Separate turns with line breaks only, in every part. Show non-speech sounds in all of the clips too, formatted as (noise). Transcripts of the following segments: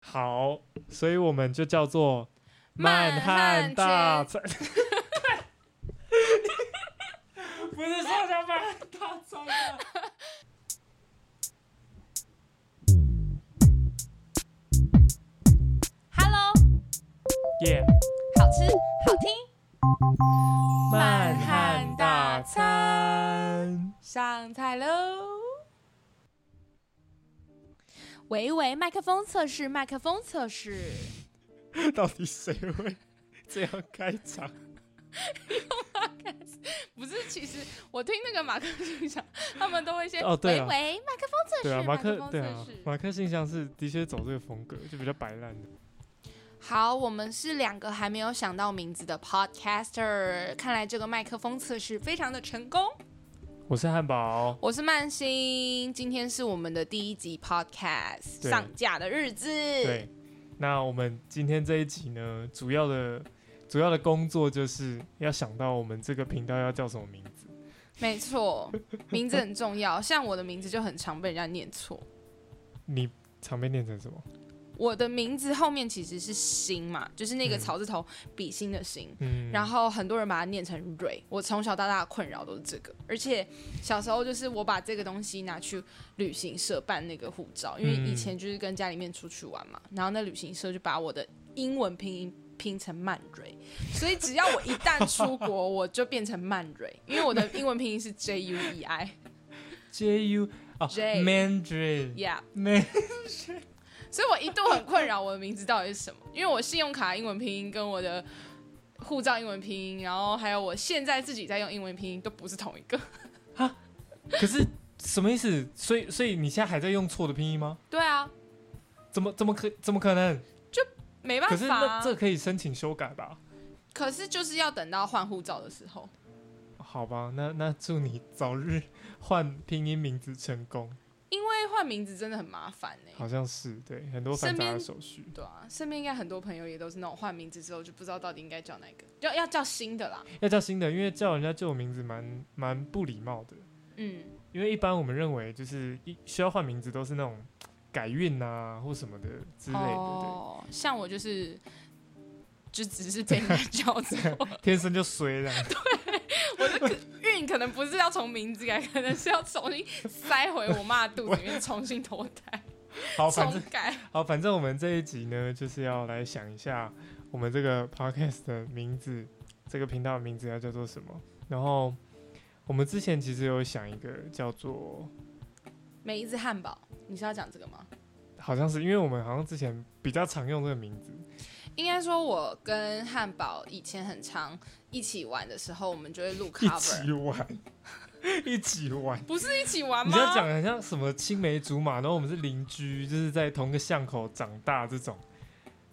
好，所以我们就叫做
曼
汉
汉
大餐。 (laughs) 不是说叫曼汉大餐啊！
Hello，
耶、
好吃好听，
曼汉大餐。
上菜喽！喂喂，麦克风测试，麦克风测试，
到底谁会这样开场？
不是，其实我听那个马克信箱，他们都会先
哦对
喂
啊
喂，麦克风测试，
对啊，马克
风
对
测
啊
试，。
马克信箱是的确走这个风格，就比较摆烂的。
好，我们是两个还没有想到名字的 podcaster，看来这个麦克风测试非常的成功。
我是汉
(laughs)
堡，
我是曼星，今天是我们的第一集 podcast
对
上架的日子。
对，那我们今天这一集呢，主要的主要的工作就是要想到我们这个频道要叫什么名字。
没错，名字很重要。像我的名字就很常被人家念错，
你常被念成什么？
我的名字后面其实是“心”嘛，就是那个
嗯
草字头比心的“心”。
嗯，
然后很多人把它念成蕊，我从小到大的困扰都是这个，而且小时候就是我把这个东西拿去旅行社办那个护照，因为
嗯
以前就是跟家里面出去玩嘛，然后那旅行社就把我的英文拼音拼成曼蕊，所以只要我一旦出国， (laughs) 我就变成曼蕊，因为我的英文拼音是 J U E I，
J U 啊
J
Mandarin
yeah，
Man
所以我一度很困扰我的名字到底是什么，因为我信用卡英文拼音跟我的护照英文拼音，然后还有我现在自己在用英文拼音都不是同一个。
(laughs) 可是什么意思？所以所以你现在还在用错的拼音吗？
对啊，
怎么怎么可怎么可能？
没
可
办
是
法、
那
啊。
这可以申请修改吧？
可是就是要等到换护照的时候。
好吧，那那祝你早日换拼音名字成功。
因为换名字真的很麻烦呢、
好像是对，很多繁
身
杂
边
的手续。
对啊，身边应该很多朋友也都是那种换名字之后就不知道到底应该叫哪一个，要要叫新的啦。
要叫新的，因为叫人家旧名字蛮蛮不礼貌的。
嗯，
因为一般我们认为就是一需要换名字都是那种改运啊或什么的之类的，
哦，像我就是就只是被人家叫之后，
对，天生就衰了。
我的可运可能不是要从名字改，可能是要重新塞回我妈的肚子里面，重新投胎，
(laughs) 好，反
重
正
改。
好，反正我们这一集呢，就是要来想一下我们这个 podcast 的名字，这个频道的名字要叫做什么。然后我们之前其实有想一个叫做，
梅子汉堡，你是要讲这个吗？
好像是因为我们好像之前比较常用这个名字，
应该说，我跟汉堡以前很常一起玩的时候，我们就会录
一
cover，
起玩， (laughs) 一起玩。
不是一起玩
你
吗？
这样讲得很像什么青梅竹马，然后我们是邻居，就是在同个巷口长大这种。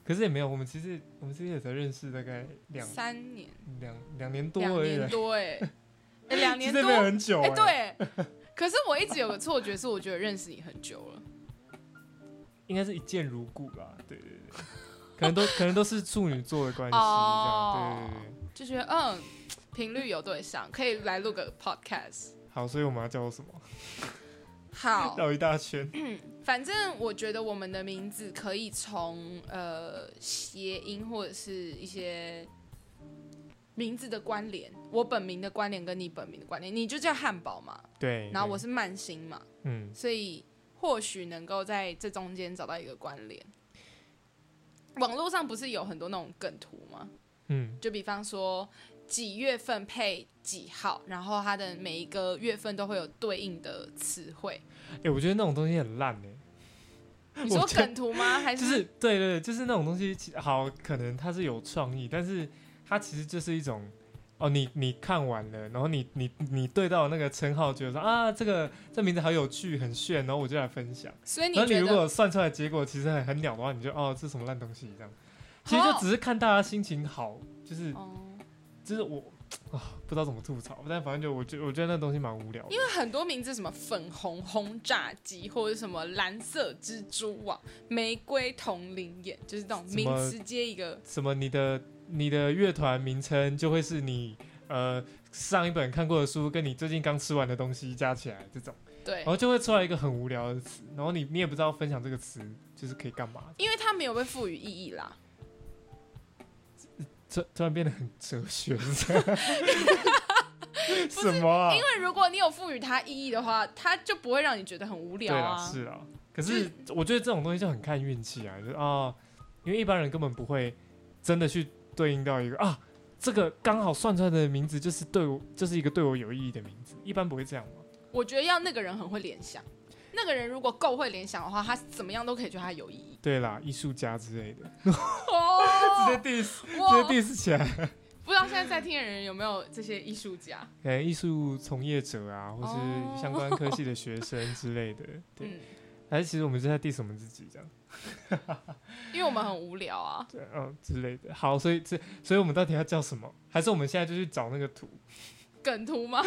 可是也没有，我们其实我们其实也才认识大概两
三年，
两两年多
两
而已
年
啦，
多哎、
(laughs)
哎两
其
年
实
多
没有很久、
哎、
欸。，
对。可是我一直有个错觉，是我觉得认识你很久了。
应该是一见如故吧？对对对，可能都可能都是处女座的关系，这样。
哦
对对对对。
就觉得嗯，频率有对上，可以来录个 podcast。
好，所以我们要叫什么？
好，
绕一大
(laughs)
圈。
反正我觉得我们的名字可以从呃谐音或者是一些名字的关联，我本名的关联跟你本名的关联，你就叫汉堡嘛，
哎对。
然后我
对
是曼星嘛，
嗯，
所以或许能够在这中间找到一个关联。网络上不是有很多那种梗图吗？
嗯，
就比方说几月份配几号，然后它的每一个月份都会有对应的词汇。
哎、我觉得那种东西很烂哎、
你说
我觉得
梗图吗？还
就是对对，对就是那种东西，其好，可能它是有创意，但是它其实就是一种，哦，你你看完了，然后你你你对到那个称号，觉得说啊，这个这名字好有趣，很炫，然后我就来分享。
所以你
然后你
觉
如
得
果算出来结果其实很很鸟的话，你就哦，这什么烂东西这样。其实
好
就只是看大家心情好，就是
哦，
就是我啊，不知道怎么吐槽，但反正就我觉我觉得那东西蛮无聊的。
因为很多名字什么粉红轰炸机，或者什么蓝色蜘蛛网、玫瑰同林眼，就是那种
什么
名词接一个
什么你的你的乐团名称就会是你呃上一本看过的书跟你最近刚吃完的东西加起来这种，
对
哦然。后就会出来一个很无聊的词，然后你你也不知道分享这个词就是可以干嘛？
因为它没有被赋予意义啦。
突突然变得很哲学，是这 (laughs) 样什么啊？
因为如果你有赋予它意义的话，它就不会让你觉得很无聊
对啦，
啊。
是啊。可
就是
我觉得这种东西就很看运气啊，就是啊、因为一般人根本不会真的去对应到一个啊，这个刚好算出来的名字就是对我，就是一个对我有意义的名字，一般不会这样嘛。
我觉得要那个人很会联想，那个人如果够会联想的话，他怎么样都可以觉得他有意义。
对啦，艺术家之类的，
哦，
(laughs) 直接 diss，
哇
直接 diss 起来。 (laughs)
不知道现在在听的人有没有这些艺术家？
可哎能艺术从业者啊，或
哦
是相关科系的学生之类
(laughs)
的，对。
嗯，
还是其实我们就在 diss 我们自己这样，
因为我们很无聊啊。
对，嗯之类的。好，所以这，所以我们到底要叫什么？还是我们现在就去找那个图？
梗图吗？ (laughs)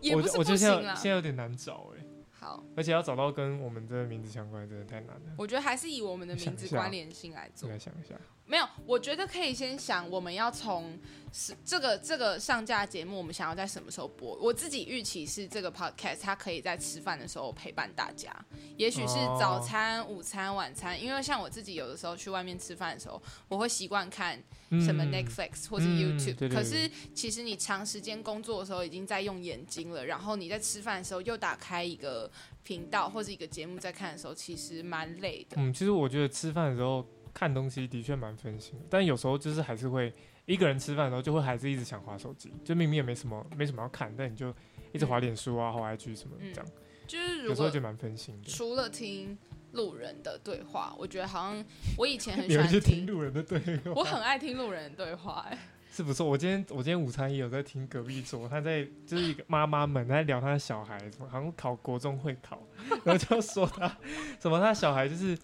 也
我
不是
我
不
觉得现
行
在
啦。
现在有点难找哎、
好，
而且要找到跟我们这个名字相关，真的太难了。
我觉得还是以我们的名
想
字
一下啊
关联性来做
我。来想一下，
没有，我觉得可以先想，我们要从是这个这个上架节目，我们想要在什么时候播？我自己预期是这个 podcast 它可以在吃饭的时候陪伴大家，也许是
哦
早餐、午餐、晚餐，因为像我自己有的时候去外面吃饭的时候，我会习惯看什么 Netflix 或是
嗯
YouTube，、
对对对
可是其实你长时间工作的时候已经在用眼睛了，然后你在吃饭的时候又打开一个频道或是一个节目在看的时候，其实蛮累的。
嗯，其实我觉得吃饭的时候看东西的确蛮分心的，但有时候就是还是会一个人吃饭的时候就会还是一直想划手机，就明明也没什么没什么要看，但你就一直划脸书啊、划 IG 什么的这样，
就是
有
如
时候
嗯果
就蛮分心的。
除了听路人的对话，我觉得好像我以
(laughs)
前很
你
喜
们
欢
去听路人的对话，
我很爱听路人的对话、哎，
是不错。我今天我今天午餐也有在听隔壁桌，他在就是一个妈妈们在聊她的小孩，什么好像考国中会考，然后就说他什么他小孩就是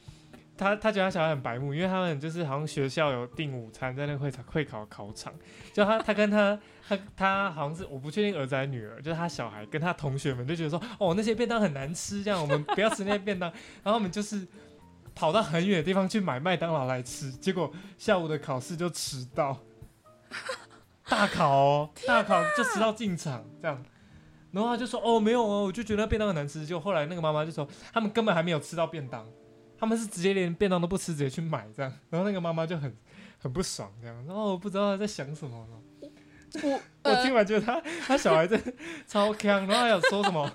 他他觉得他小孩很白目，因为他们就是好像学校有订午餐在那个会场会考考场，就他他跟他他他好像是我不确定儿子还是女儿，就是他小孩跟他同学们就觉得说哦那些便当很难吃，这样我们不要吃那些便当，然后我们就是。跑到很远的地方去买麦当劳来吃，结果下午的考试就迟到，大考哦，大考就迟到进场这样。然后他就说：“哦，没有哦，我就觉得便当很难吃。”就后来那个妈妈就说：“他们根本还没有吃到便当，他们是直接连便当都不吃，直接去买这样。” (laughs) 然后那个妈妈就很很不爽这样，然后我不知道她在想什么
(laughs)
了。
我
我
呃
听完觉得他他小孩真的超强，然后还有说什么，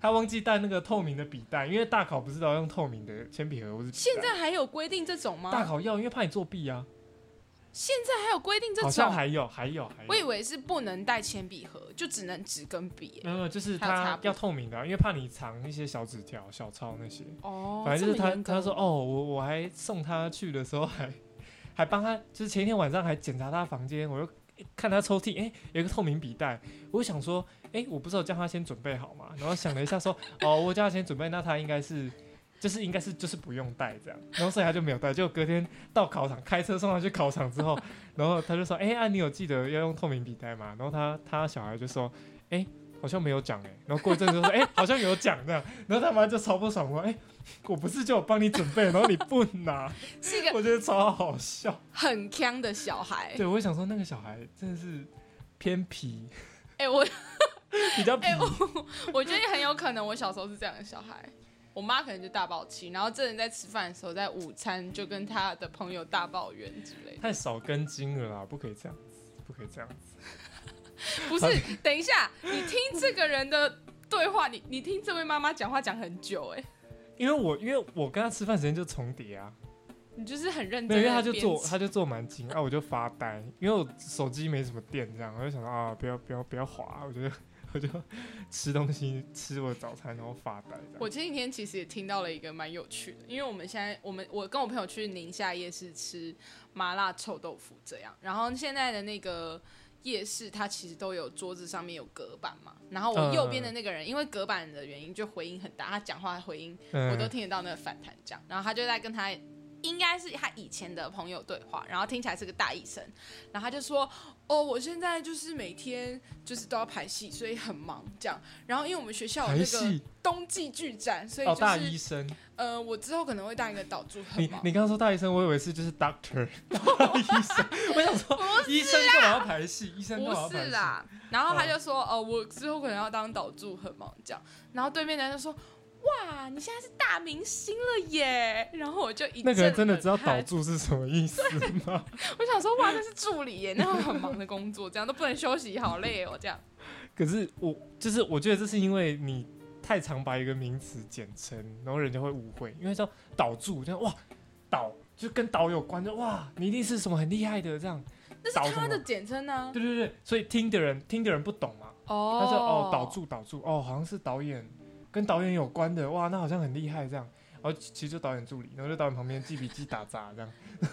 他忘记带那个透明的笔袋，因为大考不是都要用透明的铅笔盒或是笔袋
现在还有规定这种
大
吗？
考要，因为怕你作弊啊。
现在还有规定这
好像
种？
还有，还有，还有。
我以为是不能带铅笔盒，就只能纸跟笔、
没
哎
有，没有，就是
还有擦
它
布
要透明的啊、因为怕你藏一些小纸条、小抄那些。
哦，
反正就是
这么
他
严格
他说哦，我我还送他去的时候还 (laughs) 还帮他，就是前一天晚上还检查他房间，我又看他抽屉，诶，有一个透明笔袋，我想说，诶，我不知道叫他先准备好嘛，然后想了一下说， (laughs) 哦，我叫他先准备，那他应该是。就是应该是就是不用带这样，然后所以他就没有带，结果隔天到考场开车送他去考场之后， (laughs) 然后他就说，诶，啊你有记得要用透明笔袋吗？然后他他小孩就说，诶，好像没有讲诶，然后过一阵子就说，诶，好像有讲这样，然后他妈就超不爽说，诶。我不是就有帮你准备，然后你不拿，
(laughs) 是一个
我觉得超好笑。
很强的小孩。
对，我会想说那个小孩真的是偏皮，
哎、我
比较皮。
哎、我 (laughs) 我觉得很有可能，我小时候是这样的小孩。我妈可能就大爆气，然后这人在吃饭的时候，在午餐就跟他的朋友大抱怨之类的。
太少根筋了啦，不可以这样子，不可以这样子。(laughs)
不是，等一下，你听这个人的对话，你你听这位妈妈讲话讲很久、哎，
因为我因为我跟他吃饭时间就重叠啊，
你就是很认
没
真。
有，因为他就坐他就坐蛮近啊，我就发呆，因为我手机没什么电，这样我就想到啊，不要不要不要滑，我觉得 (laughs) 我就吃东西吃我的早餐，然后发呆这样。
我前几天其实也听到了一个蛮有趣的，因为我们现在我们我跟我朋友去宁夏夜市吃麻辣臭豆腐这样，然后现在的那个夜市它其实都有桌子上面有隔板嘛，然后我
嗯
右边的那个人、因为隔板的原因就回音很大，他讲话回音我都
嗯，
听得到那个反弹这样，然后他就在跟他应该是他以前的朋友对话，然后听起来是个大医生，然后他就说：“哦，我现在就是每天就是都要排戏，所以很忙这样。然后因为我们学校有
还
那个
戏
冬季剧展，所以
哦，
就
大
是、
医生，
呃，我之后可能会当一个岛主，
你
很忙。
你刚刚说大医生，我以为是就是
(laughs)
doctor 大医生，我想说医生干嘛要排戏？医生干嘛要
不
排戏？
是啦，然后他就说，哦，我之后可能要当岛助，很忙这样。然后对面的人就说，哇，哇，你现在是大明星了耶！然后我就一
那个人
阵
真的知道
冷汗
导助是什么意思吗？ (laughs)
我想说，哇，那是助理耶，那会很忙的工作，这样都不能休息，好累哦，这样。
可是我就是我觉得这是因为你太常把一个名词简称，然后人家会误会，因为叫导助，就哇导就跟导有关，就哇你一定是什么很厉害的这样。
那
导
是
什么
他的简称啊呢、
对对对，所以听的人听的人不懂嘛，
哦
他说哦导助导助哦好像是导演跟导演有关的，哇那好像很厉害这样。然后其其实就导演助理，然后就导演旁边记笔记打杂
(laughs)
这样，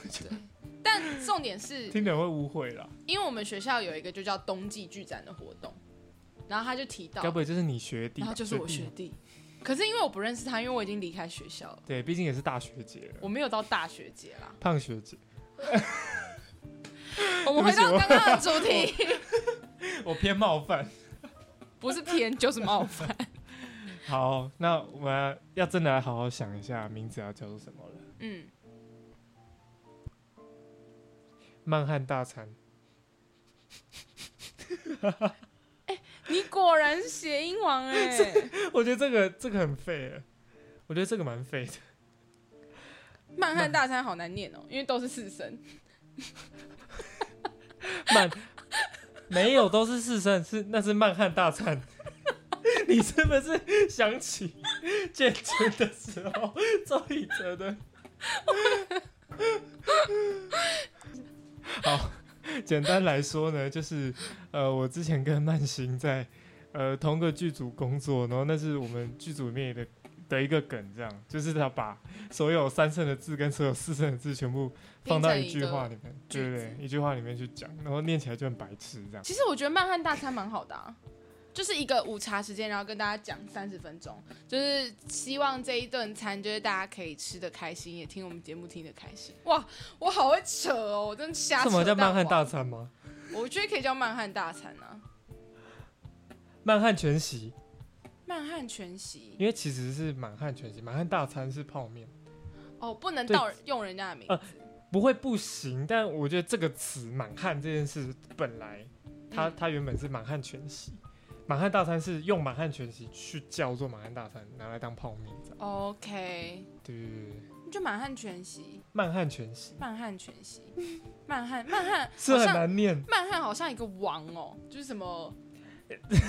哦但重点是，
听的人会误会啦。
因为我们学校有一个就叫冬季剧展的活动，然后他就提到
该，不会就是你学弟吧？啊
然后就是我
学弟
学
吗
弟。可是因为我不认识他，因为我已经离开学校了，
对，毕竟也是大学姐了，
我没有到大学姐
(laughs)
啦。
胖学姐。
我们回到刚刚的主
(laughs)
题，
我偏冒犯。
不是偏就是冒犯。
(laughs) 好，那我们要真的来好好想一下名字要叫做什么了。
嗯，
曼汉大餐，
你果然是谐音王哎、
(laughs) 我觉得这个这个很废耶，我觉得这个蛮废的。
曼汉大餐好难念哦，因为都是四声。
曼没有都是四声，是那是曼汉大餐。你是不是想起建军的时候周以哲的？好，简单来说呢，就是呃，我之前跟曼行在呃同个剧组工作，然后那是我们剧组里面的的一个梗，这样就是他把所有三声的字跟所有四声的字全部放到一句话里面，
拼
对
成一
不
个
对？一句话里面去讲，然后念起来就很白痴这样。
其实我觉得曼汉大餐蛮好的、啊，就是一个午茶时间，然后跟大家讲三十分钟，就是希望这一顿餐就是大家可以吃的开心，也听我们节目听的开心。哇，我好会扯哦，我真的瞎扯。
什么叫曼汉大？餐吗？
我觉得可以叫曼汉大餐啊，
满汉全席，
曼汉全席
因为其实是满汉全席，满汉大餐是泡面，
哦，不能
对呃
盗用人家的名字。
不会不行。但我觉得这个词“满汉”这件事本来它、
嗯
它原本是满汉全席，满汉大餐是用满汉全席去叫做满汉大餐，拿来当泡面这样。
OK，
对对对对，
就满汉全席，
满汉全席
曼汉全席，曼汉曼汉
嗯 (laughs) 是
好
很
像
难念，
曼汉好像一个王哦，就是
(laughs)
什么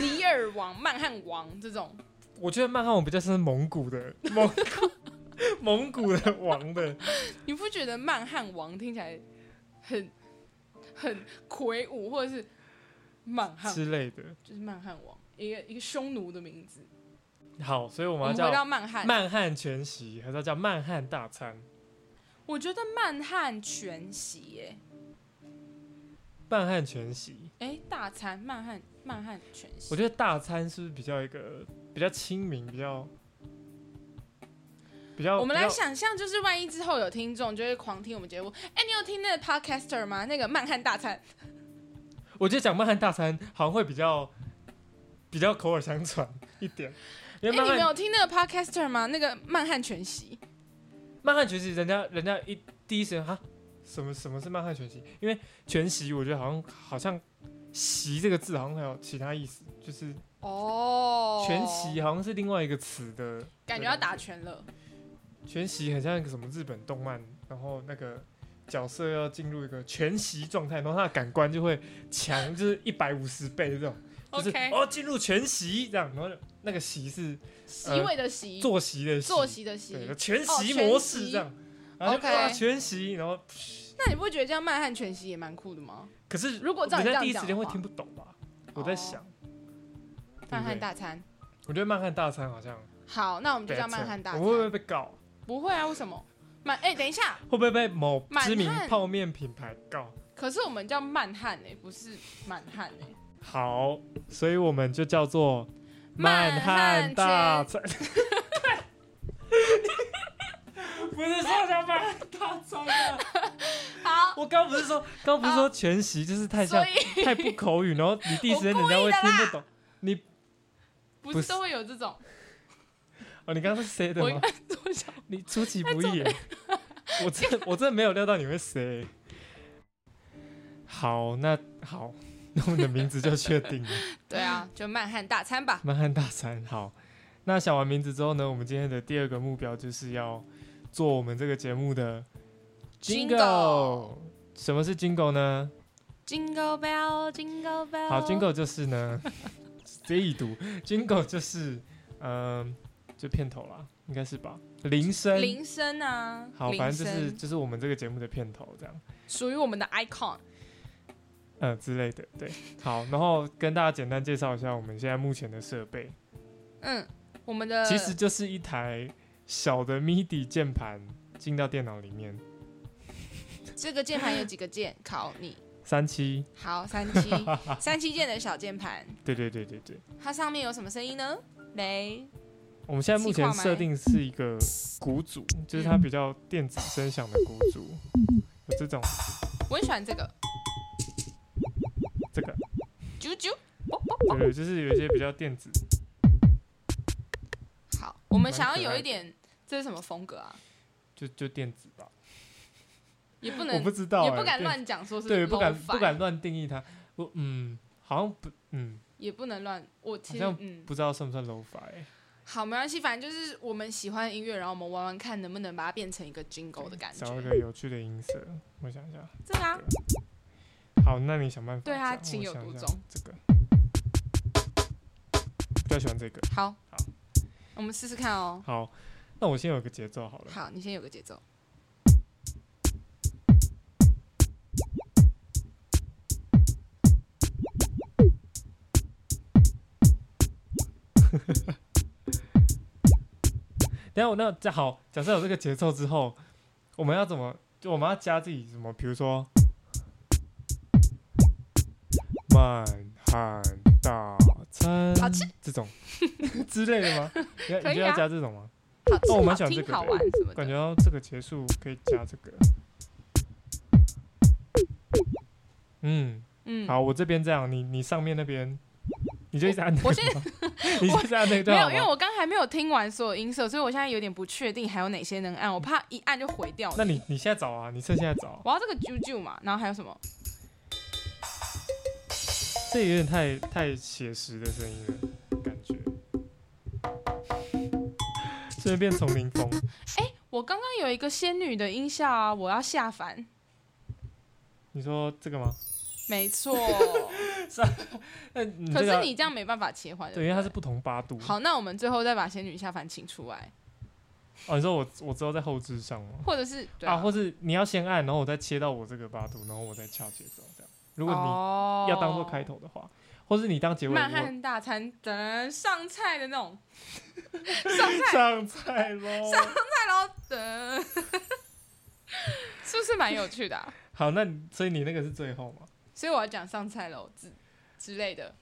里尔王、曼汉王这种。
我觉得曼汉我比较是蒙古的蒙古 (laughs) 蒙古的王的。
你不觉得曼汉王听起来很很魁梧，或者是曼汉
之类的。
就是曼汉王一个一个匈奴的名字？
好，所以我
我
们要
们回
叫
到曼汉，
曼汉全席，还是要叫曼汉大餐？
我觉得曼汉全席耶，
曼汉全席，
哎，大餐曼汉曼汉全席，
我觉得大餐是不是比较一个比较亲民，比较比较？
我们来
比较，
想象，就是万一之后有听众就会狂听我们节目，哎，你有听那个 podcaster 吗？那个曼汉大餐，
我觉得讲曼汉大餐好像会比较比较口耳相传一点，因
哎，
为
你
曼
们
汉
有听那个 podcaster 吗？那个曼汉全席，
曼汉全席，人家人家一第一时间哈，什么什么是曼汉全席？因为全席，我觉得好像好像“席”这个字好像还有其他意思，就是
哦，
全席好像是另外一个词的。
感觉要打拳了，
全席很像一个什么日本动漫，然后那个角色要进入一个全席状态，然后他的感官就会
(laughs)
强，就是一百五十倍的这种，就是
OK
哦进入全席这样，然后就那个席是
席位的席，
坐席的席，
呃坐席的席。
对全席
哦
模
全
式
席
这样，然后就
OK
哇全席，然后
那你不觉得这样曼汉全席也蛮酷的吗？
可是
如果照你
人
这
家
样
第一
讲
时间会
的话
听不懂吧？我在想，对不
曼汉
对
大餐。
我觉得曼汉大餐好像
好，那我们就叫
better
曼汉大
我
餐。
会不会被告？
不会啊，为什么？曼哎、等一下，
会不会被某
满
知名
汉
泡面品牌告？
可是我们叫曼汉哎、不是满汉哎、
好，所以我们就叫做
慢
汉
汉
大
大
餐。 (laughs) 不是说叫慢汉大餐啊！
好，
我刚不是说，刚不是说全席就是太像
所以
太不口语，然后你第一时间
我
人
故意
家会听
的
不
啦
懂。你
不
不
是
是
都会有这种？
哦，你刚刚是 say 的
我 (laughs)
吗？
我想
你出其不意耶，我真
(laughs)
的我真的没有料到你会 say。好，那好， (laughs) 那我们的名字就确定了。
对啊，就曼汉大餐
(laughs)
吧。
曼汉大餐好，那想完名字之后呢，我们今天的第二个目标就是要做我们这个节目的
Jingle
什么是 Jingle 呢？
Jingle bell, jingle bell。
好，Jingle 就是呢，这一读 Jingle 就是嗯、就片头啦，应该是吧？铃声。
铃声啊，
好，
铃
反正
声
就是就是我们这个节目的片头这样。
属于我们的 icon。
呃之类的，对，好，然后跟大家简单介绍一下我们现在目前的设备，
嗯，我们的
其实就是一台小的 MIDI 键盘进到电脑里面，
这个键盘有几
(laughs)
个键？考你。
三七，
好，三
(laughs)
七三七键的小键盘，
对对对对对，
它上面有什么声音呢？没，
我们现在目前
计划吗
设定是一个鼓组，就是它比较电子声响的鼓组，有这种
我很喜欢这个
这个，
啾啾。
对对，就是有一些比较电子，
好，我们
蛮
想要
可爱
有一
的
点，这是什么风格啊？
就就电子吧，
也不
我
能
不，知道、欸，
也不敢
电
乱讲说是
对，不敢
lo-fi
不敢乱定义它，我嗯，好像不嗯
也不能乱。我其实
好像
嗯，
不知道算不算 low fi、欸。
好，没关系，反正就是我们喜欢的音乐，然后我们玩玩看能不能把它变成一个 jingle 的感觉。
找一个有趣的音色，我想一下。
这个啊，
好，那你想办法
对
讲。
啊
我
情有
想
独
一下
钟。
这个比较喜欢这个。
好，
好
我们试试看哦。
好，那我先有个节奏好了。
好，你先有个节奏。
等一下我那这好，假设有这个节奏之后，我们要怎么？就我们要加自己什么？比如说满汉大餐
好吃
这种之类的吗？你要
可以啊
你就要加这种吗？
好吃、
哦我蛮喜欢这
好听、
个的
好玩什么
感
的。
觉到这个结束可以加这个。嗯，
嗯，
好，我这边这样，你你上面那边，你就一直按那个
我现
吗， (laughs) 你就一直按那个就
没
好
有，
吗
因为我刚才还没有听完所有音色，所以我现在有点不确定还有哪些能按，我怕一按就毁掉了。
那你你现在找啊，你趁现在找，
我要这个啾啾嘛，然后还有什么？
这有点太太写实的声音了，感觉。顺便变丛林风，
我刚刚有一个仙女的音效啊，我要下凡。
你说这个吗？
没错，
那 (laughs) 你
呃可
这个
是
啊
你这样没办法切换。
对，因为它是不同八度。
好，那我们最后再把仙女下凡请出来，
哦，你说我我之后在后置上吗？
或者是对
啊，或是你要先按，然后我再切到我这个八度，然后我再敲节奏这样。如
如
果你
你
要当做开头的话，或是你当结尾，
曼
我
哦汉大餐等上菜的那种，上
(laughs)
菜
上菜喽。
菜喽等， (laughs) 是不是蛮有趣的啊、
好，那你所以你那个是最后嘛？
所以我要讲上菜喽之之类的。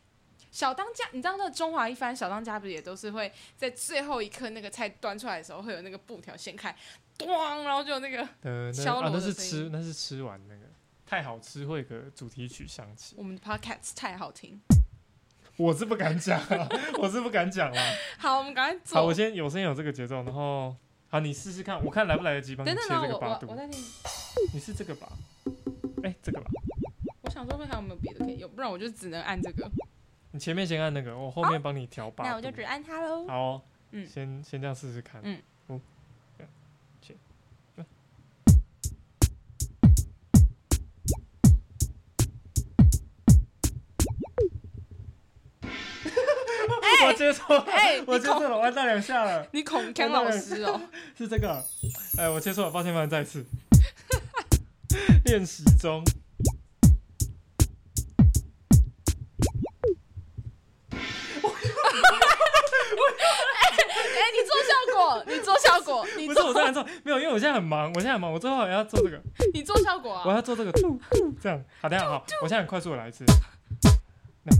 小当家，你知道那中华一番小当家不是也都是会在最后一刻那个菜端出来的时候，会有那个布条掀开，咣，然后就有那个
呃，那
敲
啊那
锣，的
是
声
吃
音，
那是吃完那个太好吃，会有个主题曲响起。
我们的 podcast 太好听。
我是不敢讲啊，我是不敢讲啦。
好，我们赶快
好，我
做。
先有声有这个节奏，然后好，你试试看，我看来不来得及帮你
等
切
等
这
等，
个
我
八
我
度
我。在听。
你是这个吧？哎、这个吧，
我想说，会还有没有别的可以用？不然我就只能按这个。
你前面先按那个，我后面帮你调八度。
那我就只按它喽。
好哦、
嗯
先先这样试试看。哦
嗯，
五、两、七、来 (laughs) 我接错了，
哎
我
你
接错了，我按到两下了，
你孔锵老师
(laughs)
哦、
是这个。哎，我接错了，抱歉，抱歉，再一次。 (laughs) 练习中。
哎、你做效果，你做效果，你
不是我
做，
在按错，没有，因为我现在很忙，我现在很忙，我最后还要做这个。
你做效果
我
啊！
要做这个，这样好，等一下好，我现在很快速的来一次。那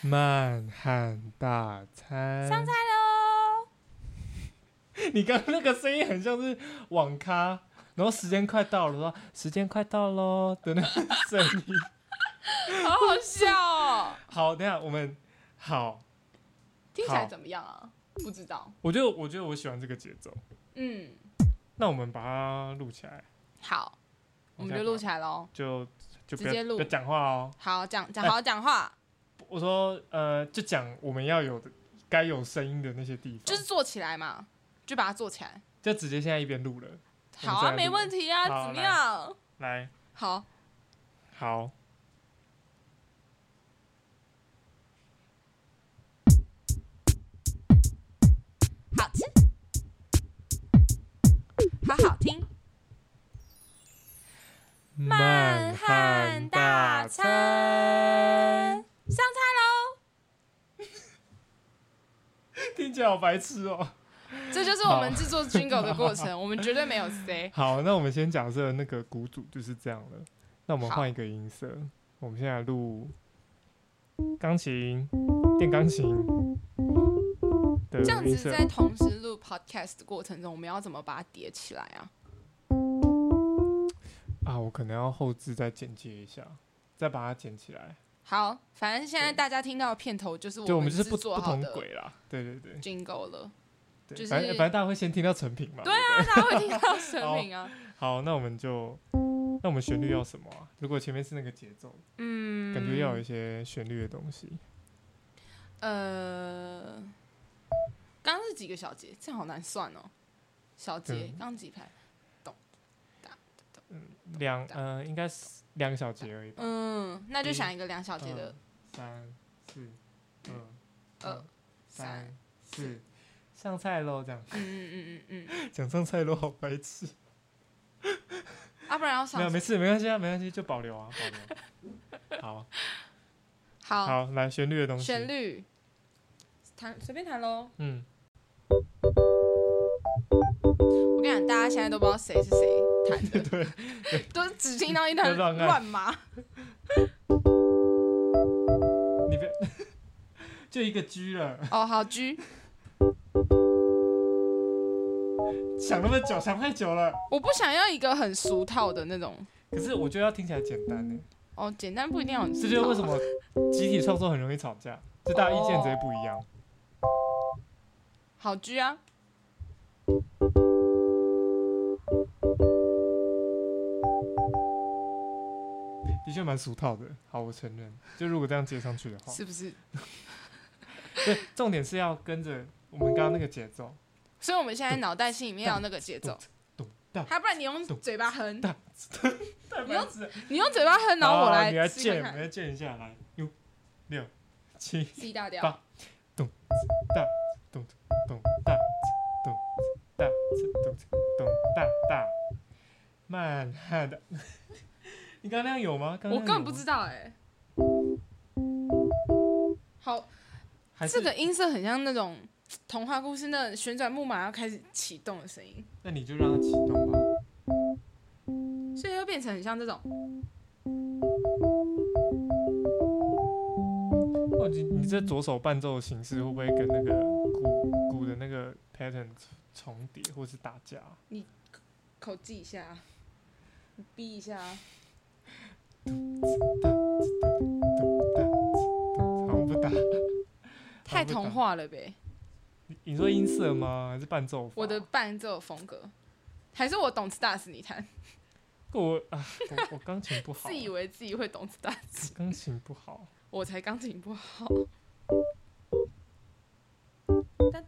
曼汉大餐，
上菜喽！
你刚刚那个声音很像是网咖，然后时间快到了，说时间快到喽的那个声音。
好好笑哦、
好，等一下我们好，
听起来怎么样啊？不知道。
我觉得我觉得我喜欢这个节奏，
嗯，
那我们把它录起来，
好，我们就录起来喽。
就就不要
直接录
不要讲话哦。
好讲讲好讲话，
我说呃，就讲我们要有的该有声音的那些地方，
就是做起来嘛，就把它做起来。
就直接现在一边录了。我们
好
再
啊，
来
没
录
问题啊，
好
怎
来
么样？
来，
好，
好，
好吃，好好听。
慢
汉大
餐，
上菜
听起来好白痴哦。
喽！这就是我们制作 Jingle 的过
(laughs)
程，我们绝对没有 C。
好，那我们先假设那个鼓组就是这样了。那我们
好
换一个音色，我们现在录钢琴、电钢琴的
这样
音
子
色
在同时录 Podcast 的过程中，我们要怎么把它叠起来啊？
啊，我可能要后置再剪接一下，再把它剪起来。
好，反正现在
对
大家听到的片头就是
就
我
我们就是
制
不
作
不
好
同
的
轨啦，对对对 (laughs)
Jingle 了，
对，
就是
反正反正大家会先听到成品嘛。
对啊，大家会听到成品啊。
(laughs) 好，那我们就，那我们旋律要什么啊？如果前面是那个节奏，
嗯，
感觉要有一些旋律的东西。
呃，刚刚是几个小节？这样好难算哦。小节
嗯
刚刚几排？
两呃，应该是两个小节而已吧。
嗯，那就
一
想一个两小节的。
二三四二
嗯二三
三四，上菜喽！这样
嗯嗯嗯嗯嗯，
(laughs) 讲上菜喽，好白痴。
要啊不然要
没有，
上
没事，没关系啊，没关系，就保留啊，保
(laughs)
留。好
好
好，来旋律的东西。
旋。律，弹随便弹喽。
嗯，
我跟你讲，大家现在都不知道谁是谁弹的，
(laughs) 对，
都只听到一段
就乱按
乱麻。
你别， (laughs) 就一个 G 了，
哦，好 G，
想那么久，想太久了。
我不想要一个很俗套的那种。
可是我觉得要听起来简单呢、
哦，简单不一定要很俗
这就
套。
是为什么集体创作很容易吵架，就大家意见直接不一样。
好 G 啊。
的确蛮俗套的，好，我承认。就如果这样接上去的话，
是不是？
对，重点是要跟着我们刚刚那个节奏，
所以我们现在脑袋心里面要有那个节奏，
咚哒
还不然你用嘴巴哼，
哒，太白痴了。
你用嘴巴哼，然后我
好
来
你来
试试
见，
看
你来见一下，来，五六七
C 大调
八，哒咚咚哒咚哒咚咚哒哒，慢慢的。 (laughs) 你刚刚那样有吗？刚
我
刚
根
那样
本
有
不
吗
知道哎。好，
还是
这个音色很像那种童话故事那种旋转木马要开始启动的声音，
那你就让它启动吧。
所以又变成很像这种。
哦，你你这左手伴奏的形式会不会跟那个鼓鼓的那个 pattern 重叠，或是打架？
口技一下，你逼一下啊，
嗯好像不打。
太童话了呗！
你你说音色吗？还是伴奏法？
我的伴奏风格，还是我懂词大词你弹，
我啊，我我钢琴不好啊
自，以为自己会懂词大词，
钢琴不好。
我才钢琴不好。哒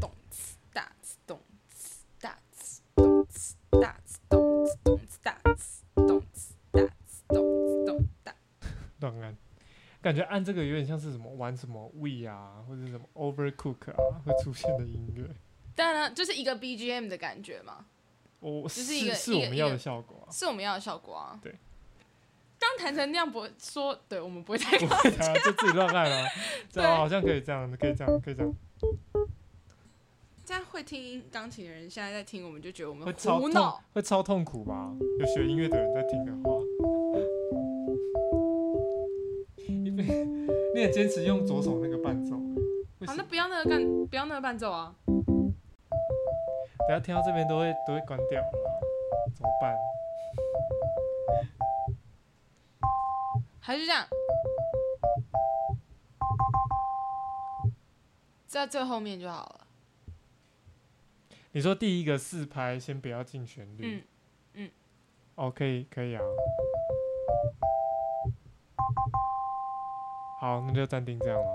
懂词大词懂词大词懂词大词懂词懂词大词懂词大词懂词懂词大。
乱按，感觉按这个有点像是什么玩什么 We 啊，或者是什么 Overcook 啊会出现的音乐。
当然，啊就是一个 BGM 的感觉嘛，
我
是一个
是
一
我
个
们
一
要
个
的效果啊。
是我们要的效果啊。
对。
当弹成那样不会说，对我们不
(laughs)
会太
不会啊，就自己乱按
(laughs)
啊。这样
对
好像可以这样，可以这样，可以这样。
这样会听钢琴的人现在在听，我们就觉得我们
会超
胡
痛
闹。，
会超痛苦吧？有学音乐的人在听的话， (laughs) 你也坚持用左手那个伴奏，为
好，
什
那
么？
不要那个干，不要那个伴奏啊。
等下听到这边都会都会关掉了，怎么办？
还是这样，在最后面就好了。
你说第一个四拍先不要进旋律，
嗯，
哦，可以可以啊，好，那就暂定这样了。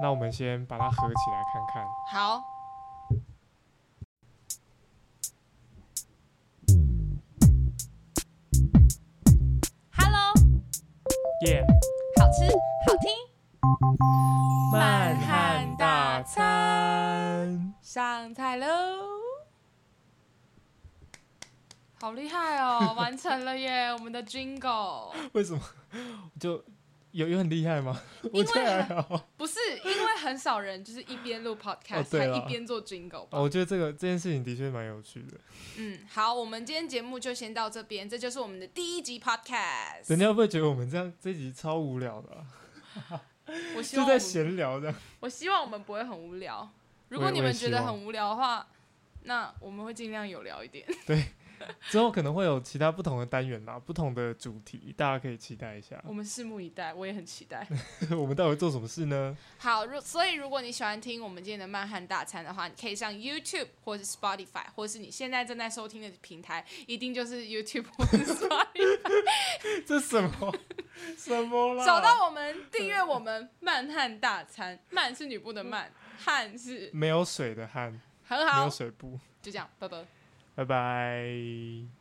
那我们先把它合起来看看。
好，Hello，
耶、
好吃好听，
慢
慢
汉
汉
大
大
餐。
上菜喽！好厉害哦，完成了耶！我们的 Jingle
为什么？就有有很厉害吗？我
因为
觉得还好。
不是因为很少人就是一边录 Podcast
哦对
还
啦
一边做 Jingle 吧
哦，我觉得这个这件事情的确蛮有趣的。
嗯，好，我们今天节目就先到这边，这就是我们的第一集 Podcast。
人家会不会觉得我们这样这集超无聊的啊、
我希
就
望
在
我们
闲聊这样？
我希望我们不会很无聊。如
我
果
也
你
我也
们
希
觉得
望
很无聊的话，那我们会尽量有聊
(laughs)
一点。
之后可能会有其他不同的单元啦，不同的主题，大家可以期待一下
我。们拭目以待，我也很期待。
(laughs) 我们到底会做什么事呢？
好，如所以如果你喜欢听我们今天的漫汉大餐的话，你可以上 YouTube 或是 Spotify，或是你现在正在收听的平台，一定就是 YouTube 或
(laughs)
是 Spotify，
这什么 (laughs) 什么啦？
找到我们，订阅我们漫汉大餐。漫是女部的漫，汉是
没有水的汗，
很
没
好
有，水布。
就这样，拜拜。
拜拜。